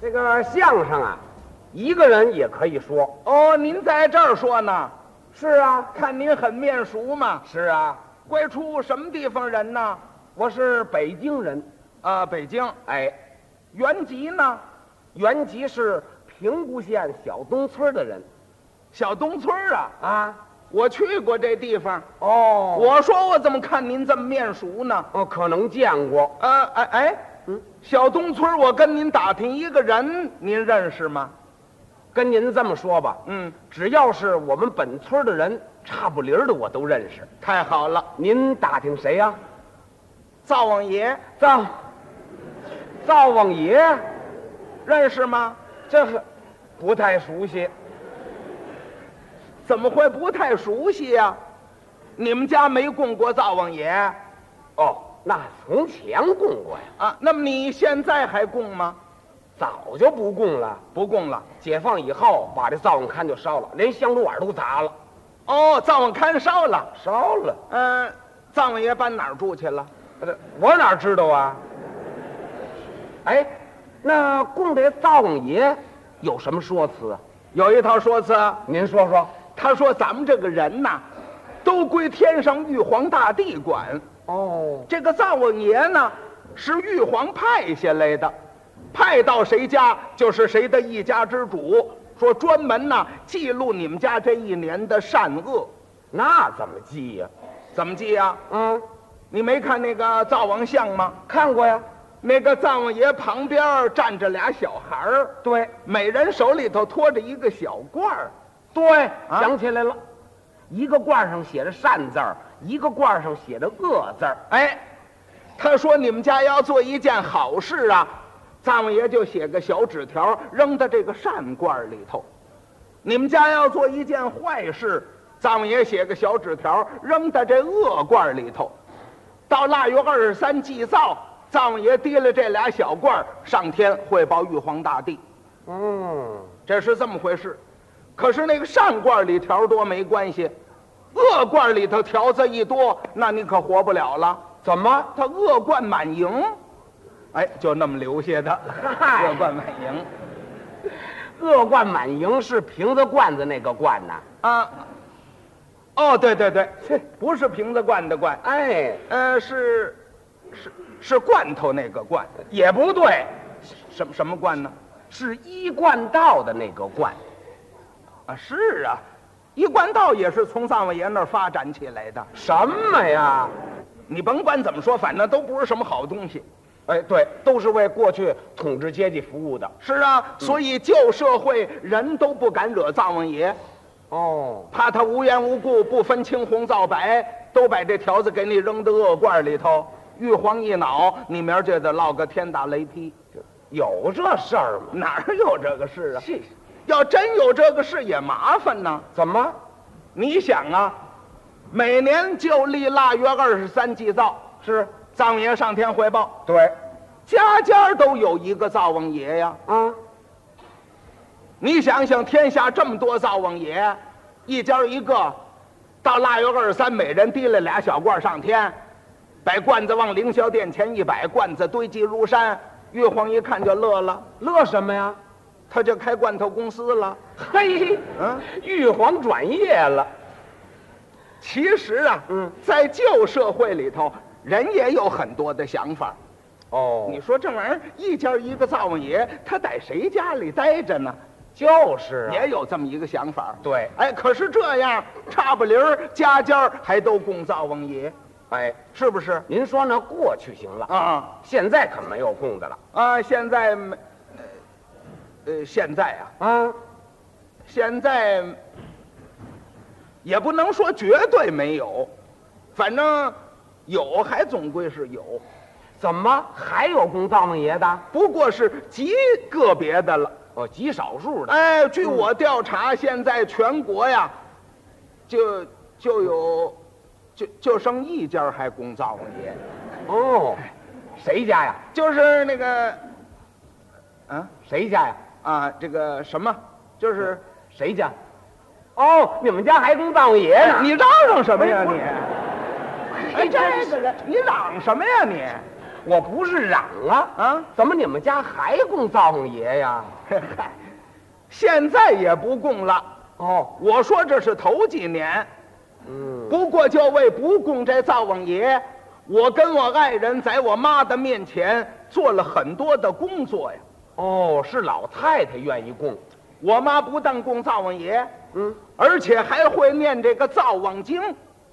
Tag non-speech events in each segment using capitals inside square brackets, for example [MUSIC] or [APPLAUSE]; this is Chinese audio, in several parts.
这个相声啊，一个人也可以说。哦，您在这儿说呢？是啊，看您很面熟嘛。是啊，归出什么地方人呢？我是北京人。啊，北京。哎，原籍呢？原籍是平谷县小东村的人小东村儿啊，啊。我去过这地方。哦我我说我怎么看您这么面熟呢？哦可能见过。呃，哎哎，嗯，小东村儿，我跟您打听一个人，您认识吗？跟您这么说吧，嗯，只要是我们本村的人，差不离儿的我都认识。太好了，您打听谁呀、灶王爷灶灶王爷，认识吗？这是不太熟悉。怎么会不太熟悉呀、你们家没供过灶王爷哦，那从前供过呀，啊？那么你现在还供吗？早就不供了。不供了。解放以后，把这灶王龛就烧了，连香炉碗都砸了，哦，灶王龛烧了。烧了。嗯、灶王爷搬哪儿住去了？呃我哪知道啊？哎，那供这灶王爷有什么说辞啊？有一套说辞，您说说。他说咱们这个人呐，都归天上玉皇大帝管。哦，这个灶王爷呢，是玉皇派下来的，派到谁家就是谁的一家之主。说专门呐记录你们家这一年的善恶，那怎么记呀、怎么记呀、啊嗯，你没看那个灶王像吗？看过呀。那个灶王爷旁边站着俩小孩儿，对每人手里头托着一个小罐儿。对，啊想起来了，一个罐上写着善字儿，一个罐上写着恶字儿。哎，他说你们家要做一件好事啊，灶王爷就写个小纸条扔到这个扇罐儿里头；你们家要做一件坏事，灶王爷写个小纸条扔到这恶罐儿里头。到腊月二十三祭灶，灶王爷提了这俩小罐儿上天汇报玉皇大帝。嗯，这是这么回事。可是那个上罐里条多没关系，恶罐里头条子一多，那你可活不了了。怎么？他恶贯满盈，哎，就那么留下的，嗨恶贯满盈恶贯满盈是瓶子罐子那个罐呐？啊。哦，对对对，不是瓶子罐的罐，哎，呃，是是是罐头那个罐，也不对，什么什么罐呢？是一贯道的那个贯。啊，是啊，一贯道也是从灶王爷那儿发展起来的。什么呀？你甭管怎么说，反正都不是什么好东西。哎，对，都是为过去统治阶级服务的。是啊，嗯所以旧社会人都不敢惹灶王爷，哦，怕他无缘无故不分青红皂白，都把这条子给你扔到恶罐里头。玉皇一恼，你明儿就得落个天打雷劈。有这事儿吗？哪儿有这个事啊？是，要真有这个事也麻烦呢。怎么？你想啊，每年就历腊月二十三祭灶，是灶王爷上天汇报，对家家都有一个灶王爷呀。啊，你想想，天下这么多灶王爷，一家儿一个，到腊月二十三，每人提了俩小罐儿上天，把罐子往凌霄殿前一摆，罐子堆积如山。玉皇一看就乐了，乐什么呀？他就开罐头公司了。嘿，嗯， [LAUGHS] 玉皇转业了。其实啊，嗯在旧社会里头，人也有很多的想法。哦你说这玩意儿，一家儿一个灶王爷，他在谁家里待着呢？就是啊，也有这么一个想法。对哎，可是这样差不离儿，家家儿还都供灶王爷，哎，是不是？您说呢？过去行了，啊现在可没有供的了啊！现在没，呃，呃现在啊，啊。现在也不能说绝对没有，反正有还总归是有，怎么还有供灶王爷的？不过是极个别的了。哦，极少数的。哎，据我调查，现在全国呀，就就有，就就剩一家还供灶王爷。哦， [LAUGHS] 谁家呀？就是那个，啊谁家呀？啊，这个什么，就是谁家？哦，你们家还供灶王爷呢？哎你嚷嚷什么呀哎你？哎，这个人，你嚷什么呀你？我不是嚷啊啊怎么你们家还供灶王爷呀？嗨，现在也不供了。哦，我说这是头几年，嗯，不过就为不供这灶王爷，我跟我爱人在我妈的面前做了很多的工作呀。哦，是老太太愿意供，我妈不但供灶王爷，嗯，而且还会念这个灶王经，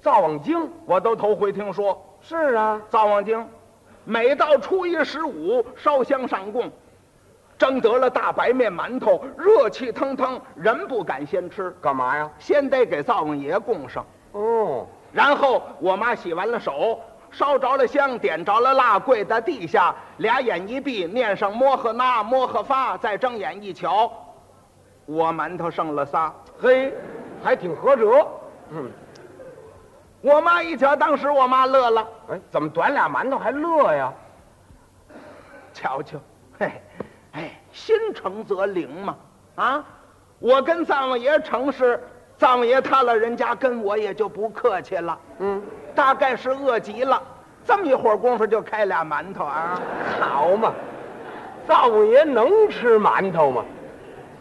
灶王经我都头回听说。是啊，灶王经，每到初一十五烧香上供，蒸得了大白面馒头，热气腾腾，人不敢先吃，干嘛呀？先得给灶王爷供上。哦，然后我妈洗完了手，烧着了香，点着了蜡，跪在地下，俩眼一闭，念上摩诃那摩诃发，再睁眼一瞧，我馒头剩了仨。嘿，还挺合辙。我妈一瞧，当时我妈乐了，哎，怎么短俩馒头还乐呀？瞧瞧，嘿，哎，心诚则灵嘛，啊，我跟灶王爷诚实，灶王爷他老人家跟我也就不客气了，嗯，大概是饿极了，这么一会儿功夫就开俩馒头啊，好嘛，灶王爷能吃馒头吗？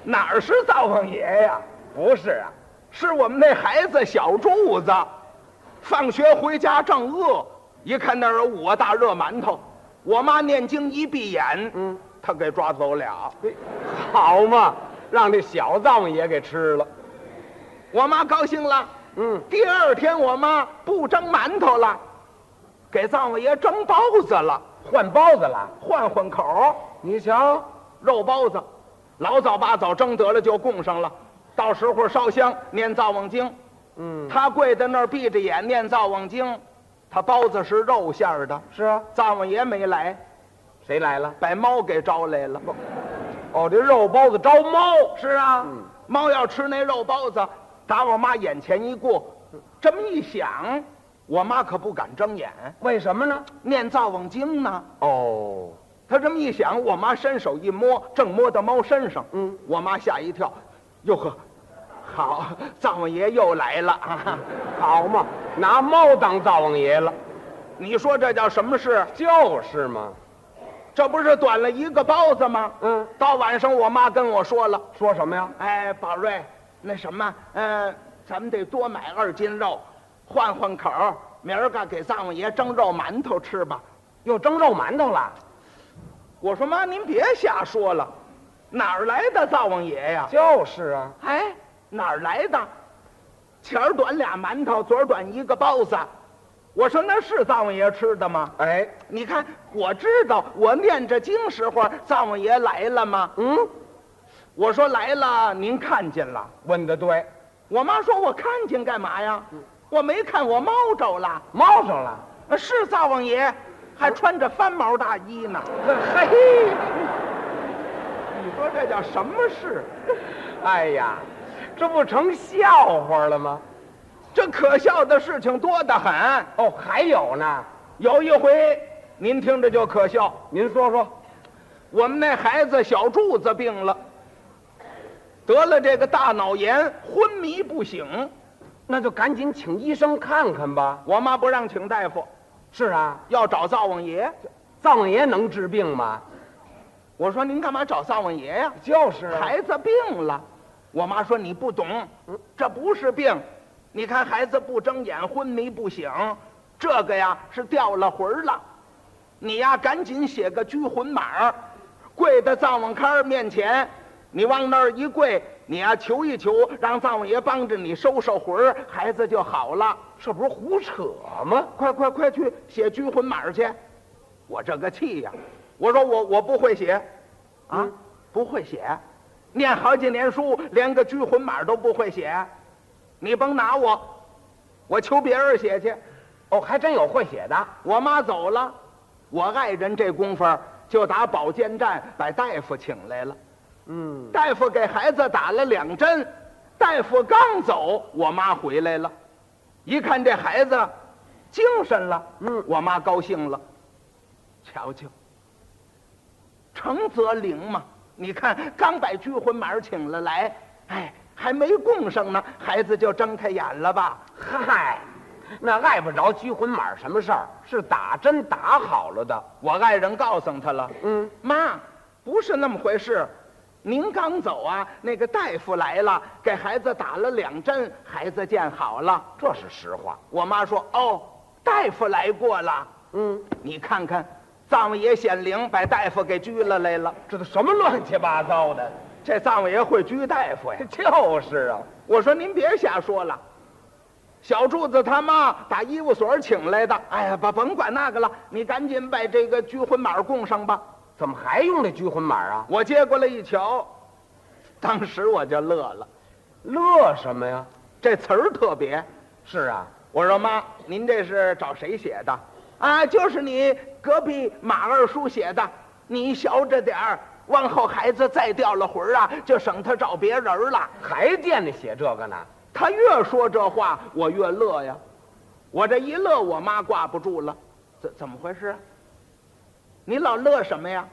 哪儿是灶王爷呀？不是啊，是我们那孩子小柱子，放学回家正饿，一看那儿有五个大热馒头，我妈念经一闭眼，嗯，他给抓走俩。嘿好嘛，让这小灶王爷给吃了。我妈高兴了，嗯，第二天我妈不蒸馒头了，给灶王爷蒸包子了，换包子了。换换口，你瞧，肉包子，老早八早蒸得了就供上了，到时候烧香念灶王经，嗯，他跪在那儿闭着眼念灶王经，他包子是肉馅儿的，是啊，灶王爷没来，谁来了？把猫给招来了。哦，这肉包子招猫。嗯是啊，猫要吃那肉包子，打我妈眼前一过，嗯这么一想，我妈可不敢睁眼，为什么呢？念灶王经呢。哦，她这么一想，我妈伸手一摸，正摸到猫身上，嗯，我妈吓一跳，哟呵，好，灶王爷又来了嗯啊！好嘛，拿猫当灶王爷了。你说这叫什么事？就是嘛。这不是短了一个包子吗？嗯，到晚上我妈跟我说了，说什么呀？哎，宝瑞，那什么，呃，咱们得多买二斤肉，换换口儿。明儿个给灶王爷蒸肉馒头吃吧。又蒸肉馒头了。我说妈，您别瞎说了，哪儿来的灶王爷呀？就是啊。哎，哪儿来的？前儿短俩馒头，昨儿短一个包子。我说那是灶王爷吃的吗？哎，你看，我知道，我念着经时候，灶王爷来了吗？嗯，我说来了，您看见了。问的对，我妈说我看见干嘛呀？我没看，我猫着了。猫上了。呃是灶王爷，还穿着翻毛大衣呢。嘿，你说这叫什么事？哎呀，这不成笑话了吗？这可笑的事情多得很。哦，还有呢，有一回，您听着就可笑。您说说。我们那孩子小柱子病了，得了这个大脑炎，昏迷不醒。那就赶紧请医生看看吧。我妈不让请大夫，是啊，要找灶王爷。灶王爷能治病吗？我说您干嘛找灶王爷呀、就是啊还孩子病了，我妈说你不懂，这不是病，你看孩子不睁眼，昏迷不醒，这个呀是掉了魂儿了，你呀赶紧写个拘魂码儿，跪在灶王龛儿面前，你往那儿一跪，你呀求一求，让灶王爷帮着你收收魂儿，孩子就好了。这不是胡扯吗？快快快去写拘魂码儿去！我这个气呀！我说我我不会写，啊，嗯不会写，念好几年书，连个拘魂码儿都不会写，你甭拿我，我求别人写去。哦，还真有会写的。我妈走了，我爱人这功夫儿就打保健站把大夫请来了，嗯，大夫给孩子打了两针，大夫刚走，我妈回来了，一看这孩子精神了，嗯我妈高兴了。瞧瞧，诚则灵嘛！你看刚把拘魂马儿请了来，哎，还没供上呢，孩子就睁开眼了吧？嗨，那碍不着拘魂马什么事儿，是打针打好了的。我爱人告诉他了，嗯，妈，不是那么回事。您刚走啊，那个大夫来了，给孩子打了两针，孩子见好了。这是实话。我妈说，哦，大夫来过了。嗯，你看看，藏王爷显灵，把大夫给拘了来了。这都什么乱七八糟的？ [LAUGHS] 这藏王爷会拘大夫呀？就是啊，我说您别瞎说了，小柱子他妈打医务所请来的。哎呀，甭甭管那个了，你赶紧把这个拘魂马供上吧。怎么还用这拘魂马啊？我接过来一瞧，当时我就乐了，乐什么呀？这词儿特别。是啊，我说妈，您这是找谁写的？啊，就是你隔壁马二叔写的。你小着点儿，往后孩子再掉了魂儿啊，就省他找别人儿了。还惦记写这个呢。他越说这话，我越乐呀。我这一乐，我妈挂不住了。怎怎么回事？啊你老乐什么呀？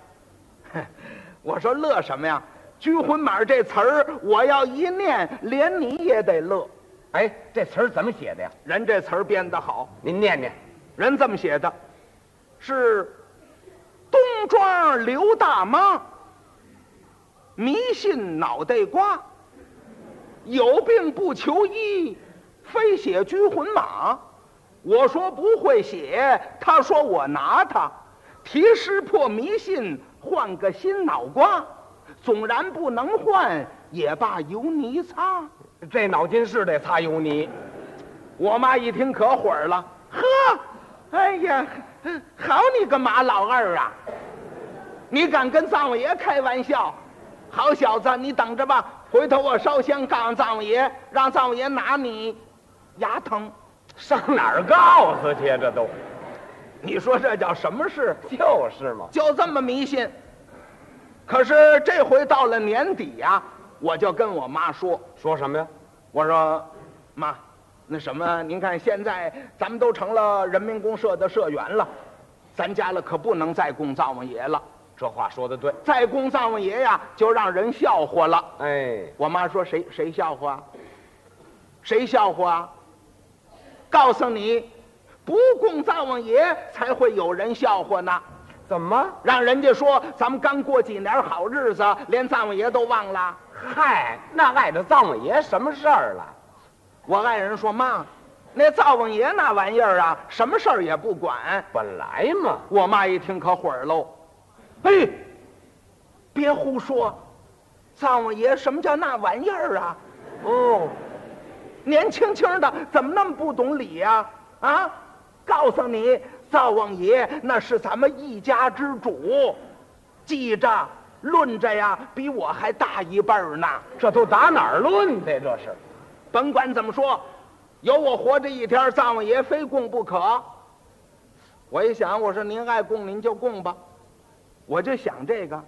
我说乐什么呀？拘魂马这词儿，我要一念，连你也得乐。哎，这词儿怎么写的呀？人这词儿编得好，您念念。人这么写的，是东庄刘大妈迷信脑袋瓜，有病不求医，非写拘魂马。我说不会写，他说我拿它，提诗破迷信，换个新脑瓜。纵然不能换，也罢由你擦。这脑筋是得擦油泥。我妈一听可火儿了，呵，哎呀，好你个马老二啊！你敢跟藏王爷开玩笑？好小子，你等着吧，回头我烧香告诉藏王爷，让藏王爷拿你牙疼。上哪儿告诉去？这都你说这叫什么事？就是嘛。就这么迷信。可是这回到了年底呀、我就跟我妈说，说什么呀？我说，妈，那什么，您看现在咱们都成了人民公社的社员了，咱家了可不能再供灶王爷了，这话说的对。再供灶王爷呀，就让人笑话了。哎，我妈说谁谁笑话，谁笑话？告诉你，不供灶王爷才会有人笑话呢，怎么？让人家说咱们刚过几年好日子，连灶王爷都忘了。嗨，那碍着藏王爷什么事儿了？我爱人说：“妈，那灶王爷那玩意儿啊，什么事儿也不管。本来嘛”，我妈一听可火儿喽，哎，别胡说，灶王爷什么叫那玩意儿啊？哦，年轻轻的怎么那么不懂礼呀、啊？告诉你，灶王爷那是咱们一家之主，记着，论着呀，比我还大一辈儿呢。这都打哪儿论的？这是甭管怎么说，有我活着一天，灶王爷非供不可。我一想，我说您爱供您就供吧，我就想这个，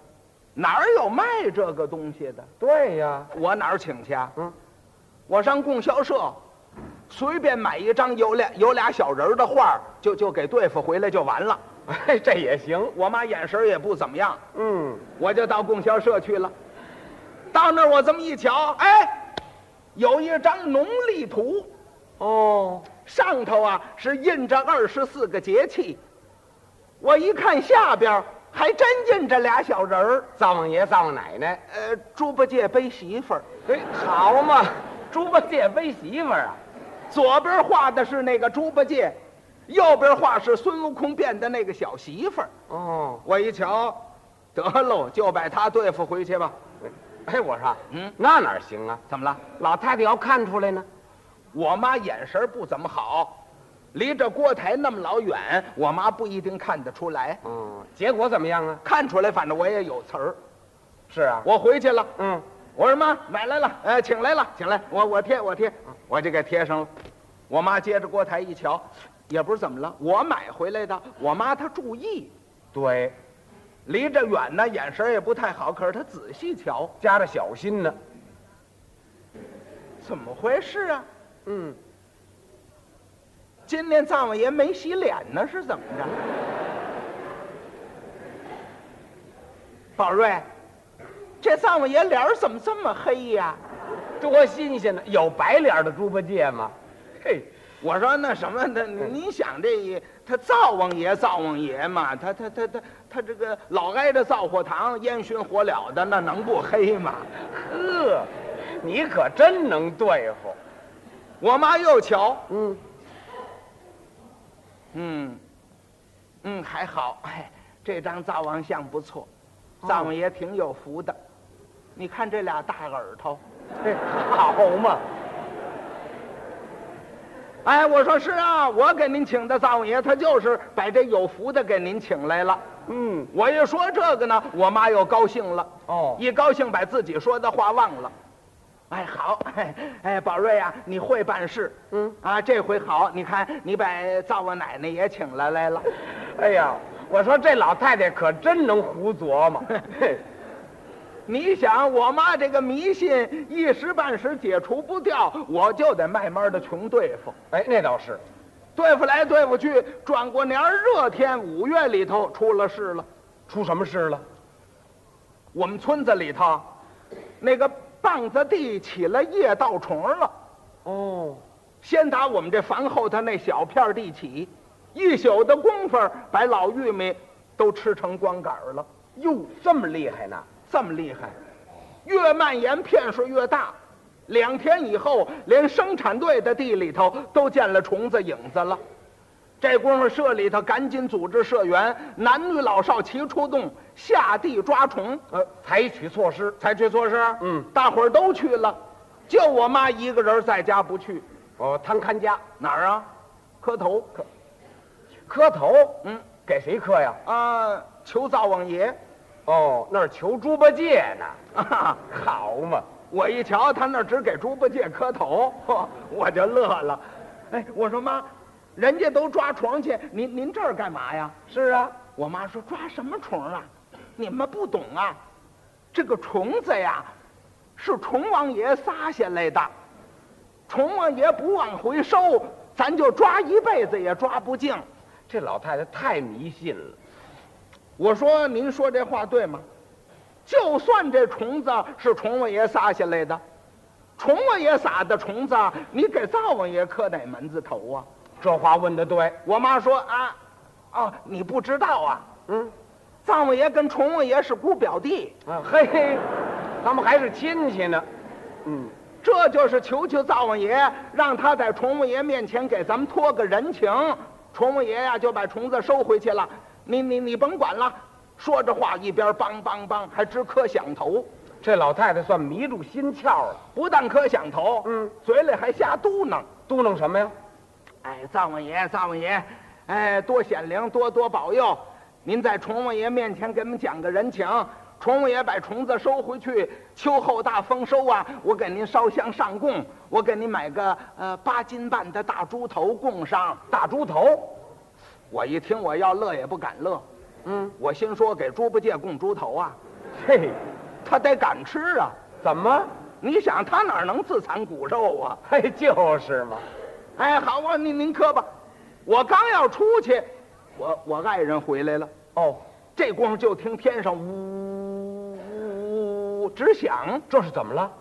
哪儿有卖这个东西的？对呀，我哪儿请去啊？嗯，我上供销社，随便买一张有俩有俩小人儿的画儿，就就给对付回来就完了。哎，这也行。我妈眼神儿也不怎么样，嗯，我就到供销社去了。到那儿我这么一瞧，哎，有一张农历图。哦，上头啊是印着二十四个节气，我一看下边儿还真印着俩小人儿，藏王爷、藏王奶奶，呃，猪八戒背媳妇儿，哎，好嘛，猪八戒背媳妇儿啊。左边画的是那个猪八戒，右边画是孙悟空变的那个小媳妇儿。哦，我一瞧，得喽，就把他对付回去吧。哎，我说，嗯，那哪儿行啊？怎么了？老太太要看出来呢，我妈眼神不怎么好，离着锅台那么老远，我妈不一定看得出来。嗯，结果怎么样啊？看出来，反正我也有词儿。是啊，我回去了。嗯，我说妈，买来了，呃，请来了，请来，我我贴我贴，我就给贴上了。我妈接着锅台一瞧，也不是怎么了，我买回来的。我妈她注意，对，离着远呢，眼神也不太好，可是她仔细瞧，加着小心呢。怎么回事啊？嗯，今天灶王爷没洗脸呢，是怎么着？宝瑞，这灶王爷脸儿怎么这么黑呀、多新鲜呢！有白脸的猪八戒吗？嘿，我说那什么，他你想这一他灶王爷灶王爷嘛，他他他他他这个老挨着灶火堂烟熏火燎的，那能不黑吗？呵，你可真能对付。我妈又瞧，嗯，嗯，嗯，还好，哎，这张灶王像不错，哦灶王爷挺有福的。你看这俩大耳朵，嘿好嘛，哎，我说是啊，我给您请的灶王爷，他就是把这有福的给您请来了。嗯，我一说这个呢，我妈又高兴了，哦一高兴把自己说的话忘了。哎，好， [LAUGHS] 哎，哎，宝瑞啊，你会办事，嗯啊，这回好，你看你把灶王奶奶也请来来了。 [LAUGHS] 哎呀，我说这老太太可真能胡琢 [LAUGHS] 磨。嘿你想，我妈这个迷信一时半时解除不掉，我就得慢慢的穷对付，哎，那倒是，对付来对付去，转过年儿热天五月里头出了事了。出什么事了？我们村子里头，那个棒子地起了叶盗虫了，哦，先打我们这房后头那小片地起，一宿的功夫儿把老玉米都吃成光杆儿了，哟，这么厉害呢？这么厉害，越蔓延片数越大。两天以后，连生产队的地里头都见了虫子影子了。这功夫，社里头赶紧组织社员，男女老少齐出动，下地抓虫。呃，采取措施，采取措施。嗯，大伙儿都去了，就我妈一个人在家不去。哦，贪看家，哪儿啊？磕头磕头，嗯，给谁磕呀？啊，求灶王爷哦，那儿求猪八戒呢。啊！好嘛，我一瞧他那儿只给猪八戒磕头，我就乐了。哎，我说妈，人家都抓虫去，您您这儿干嘛呀？是啊，我妈说抓什么虫啊？你们不懂啊，这个虫子呀，是虫王爷撒下来的，虫王爷不往回收，咱就抓一辈子也抓不净。这老太太太迷信了。我说您说这话对吗？就算这虫子是虫王爷撒下来的，虫王爷撒的虫子，你给灶王爷磕哪门子头啊？这话问的对，我妈说啊，哦，你不知道啊，嗯，灶王爷跟虫王爷是姑表弟。啊，嘿嘿，他们还是亲戚呢。嗯，这就是求求灶王爷，让他在虫王爷面前给咱们托个人情。虫王爷呀、就把虫子收回去了。你你你甭管了。说着话一边梆梆梆，还直磕响头，这老太太算迷住心窍了，不但磕响头，嗯，嘴里还瞎嘟囔。嘟囔什么呀？哎，灶王爷，灶王爷，哎，多显灵，多多保佑。您在虫王爷面前给我们讲个人情，虫王爷把虫子收回去，秋后大丰收啊！我给您烧香上供，我给您买个呃八斤半的大猪头供上。大猪头。我一听我要乐也不敢乐，嗯，我心说给猪八戒供猪头啊，嘿，他得敢吃啊！怎么？你想他哪能自残骨肉啊？嘿，就是嘛。哎，好啊，您您磕吧。我刚要出去，我我爱人回来了。哦，这功夫就听天上呜呜呜直响，这是怎么了？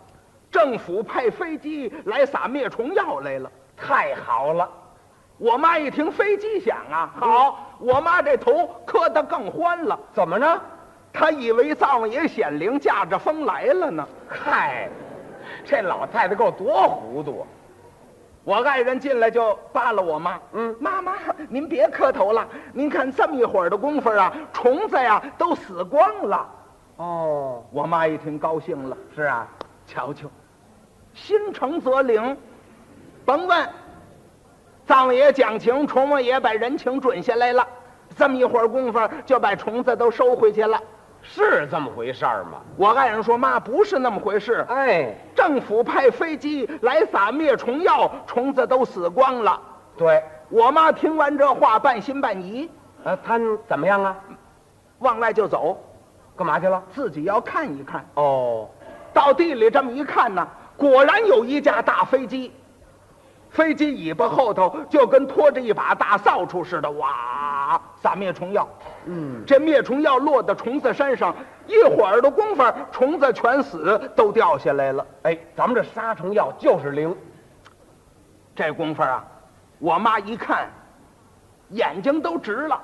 政府派飞机来撒灭虫药来了。太好了，我妈一听飞机响啊，好，我妈这头磕得更欢了，怎么呢？她以为灶王爷显灵驾着风来了呢。嗨，这老太太够多糊涂啊！我爱人进来就扒拉我妈，嗯妈妈，您别磕头了，您看这么一会儿的功夫啊，虫子呀都死光了。哦，我妈一听高兴了。是啊，瞧瞧，心诚则灵，甭问。灶王爷讲情，虫王爷把人情准下来了。这么一会儿功夫，就把虫子都收回去了。是这么回事儿吗？我爱人说：“妈，不是那么回事，哎，政府派飞机来撒灭虫药，虫子都死光了。对，”我妈听完这话，半信半疑，呃，他怎么样啊？往外就走，干嘛去了？自己要看一看。哦，到地里这么一看呢，果然有一架大飞机，飞机尾巴后头就跟拖着一把大扫帚似的，哇，撒灭虫药。嗯，这灭虫药落到虫子身上，一会儿的功夫，虫子全死，都掉下来了。哎，咱们这杀虫药就是灵。这功夫啊，我妈一看，眼睛都直了。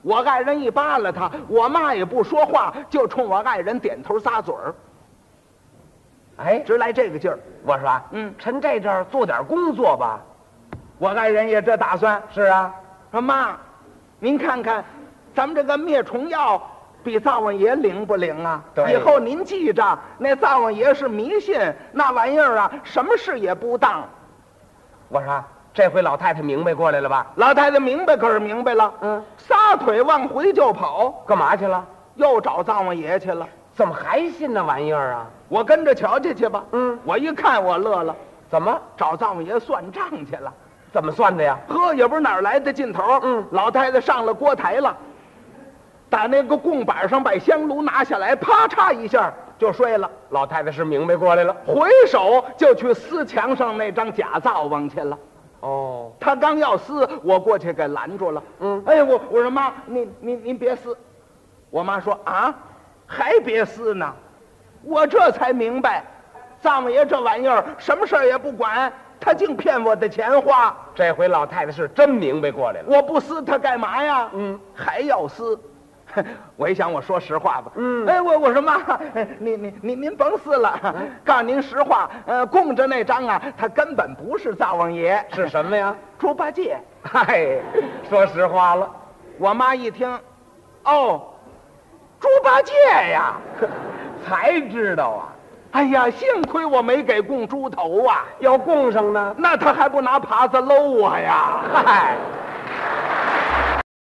我爱人一扒拉他，我妈也不说话，就冲我爱人点头撒嘴儿，哎，直来这个劲儿。我说啊，嗯趁这阵儿做点工作吧。我爱人也这打算，是啊，说妈，您看看，咱们这个灭虫药比灶王爷灵不灵啊？对以后您记着，那灶王爷是迷信，那玩意儿啊，什么事也不当。我说啊这回老太太明白过来了吧？老太太明白可是明白了，嗯，撒腿往回就跑，干嘛去了？又找灶王爷去了。怎么还信那玩意儿啊？我跟着瞧瞧去吧。嗯我一看我乐了，怎么找灶王爷算账去了。怎么算的呀？呵，也不知哪儿来的劲头。嗯，老太太上了锅台了，打那个供板上把香炉拿下来，啪嚓一下就摔了。老太太是明白过来了。回手就去撕墙上那张假灶王去了。哦，他刚要撕，我过去给拦住了。嗯哎，我我说妈，您您您别撕。我妈说啊，还别撕呢。我这才明白，藏王爷这玩意儿什么事儿也不管，他净骗我的钱花。这回老太太是真明白过来了。我不撕它干嘛呀？嗯，还要撕。 [LAUGHS] 我一想，我说实话吧。嗯哎，我我说妈，哎您您您您甭撕了，告诉您实话，呃，供着那张啊，他根本不是灶王爷，是什么呀？ [LAUGHS] 猪八戒。嗨，说实话了，我妈一听，哦，猪八戒呀！才知道啊，哎呀，幸亏我没给供猪头啊，要供上呢。那他还不拿耙子搂我呀？嗨，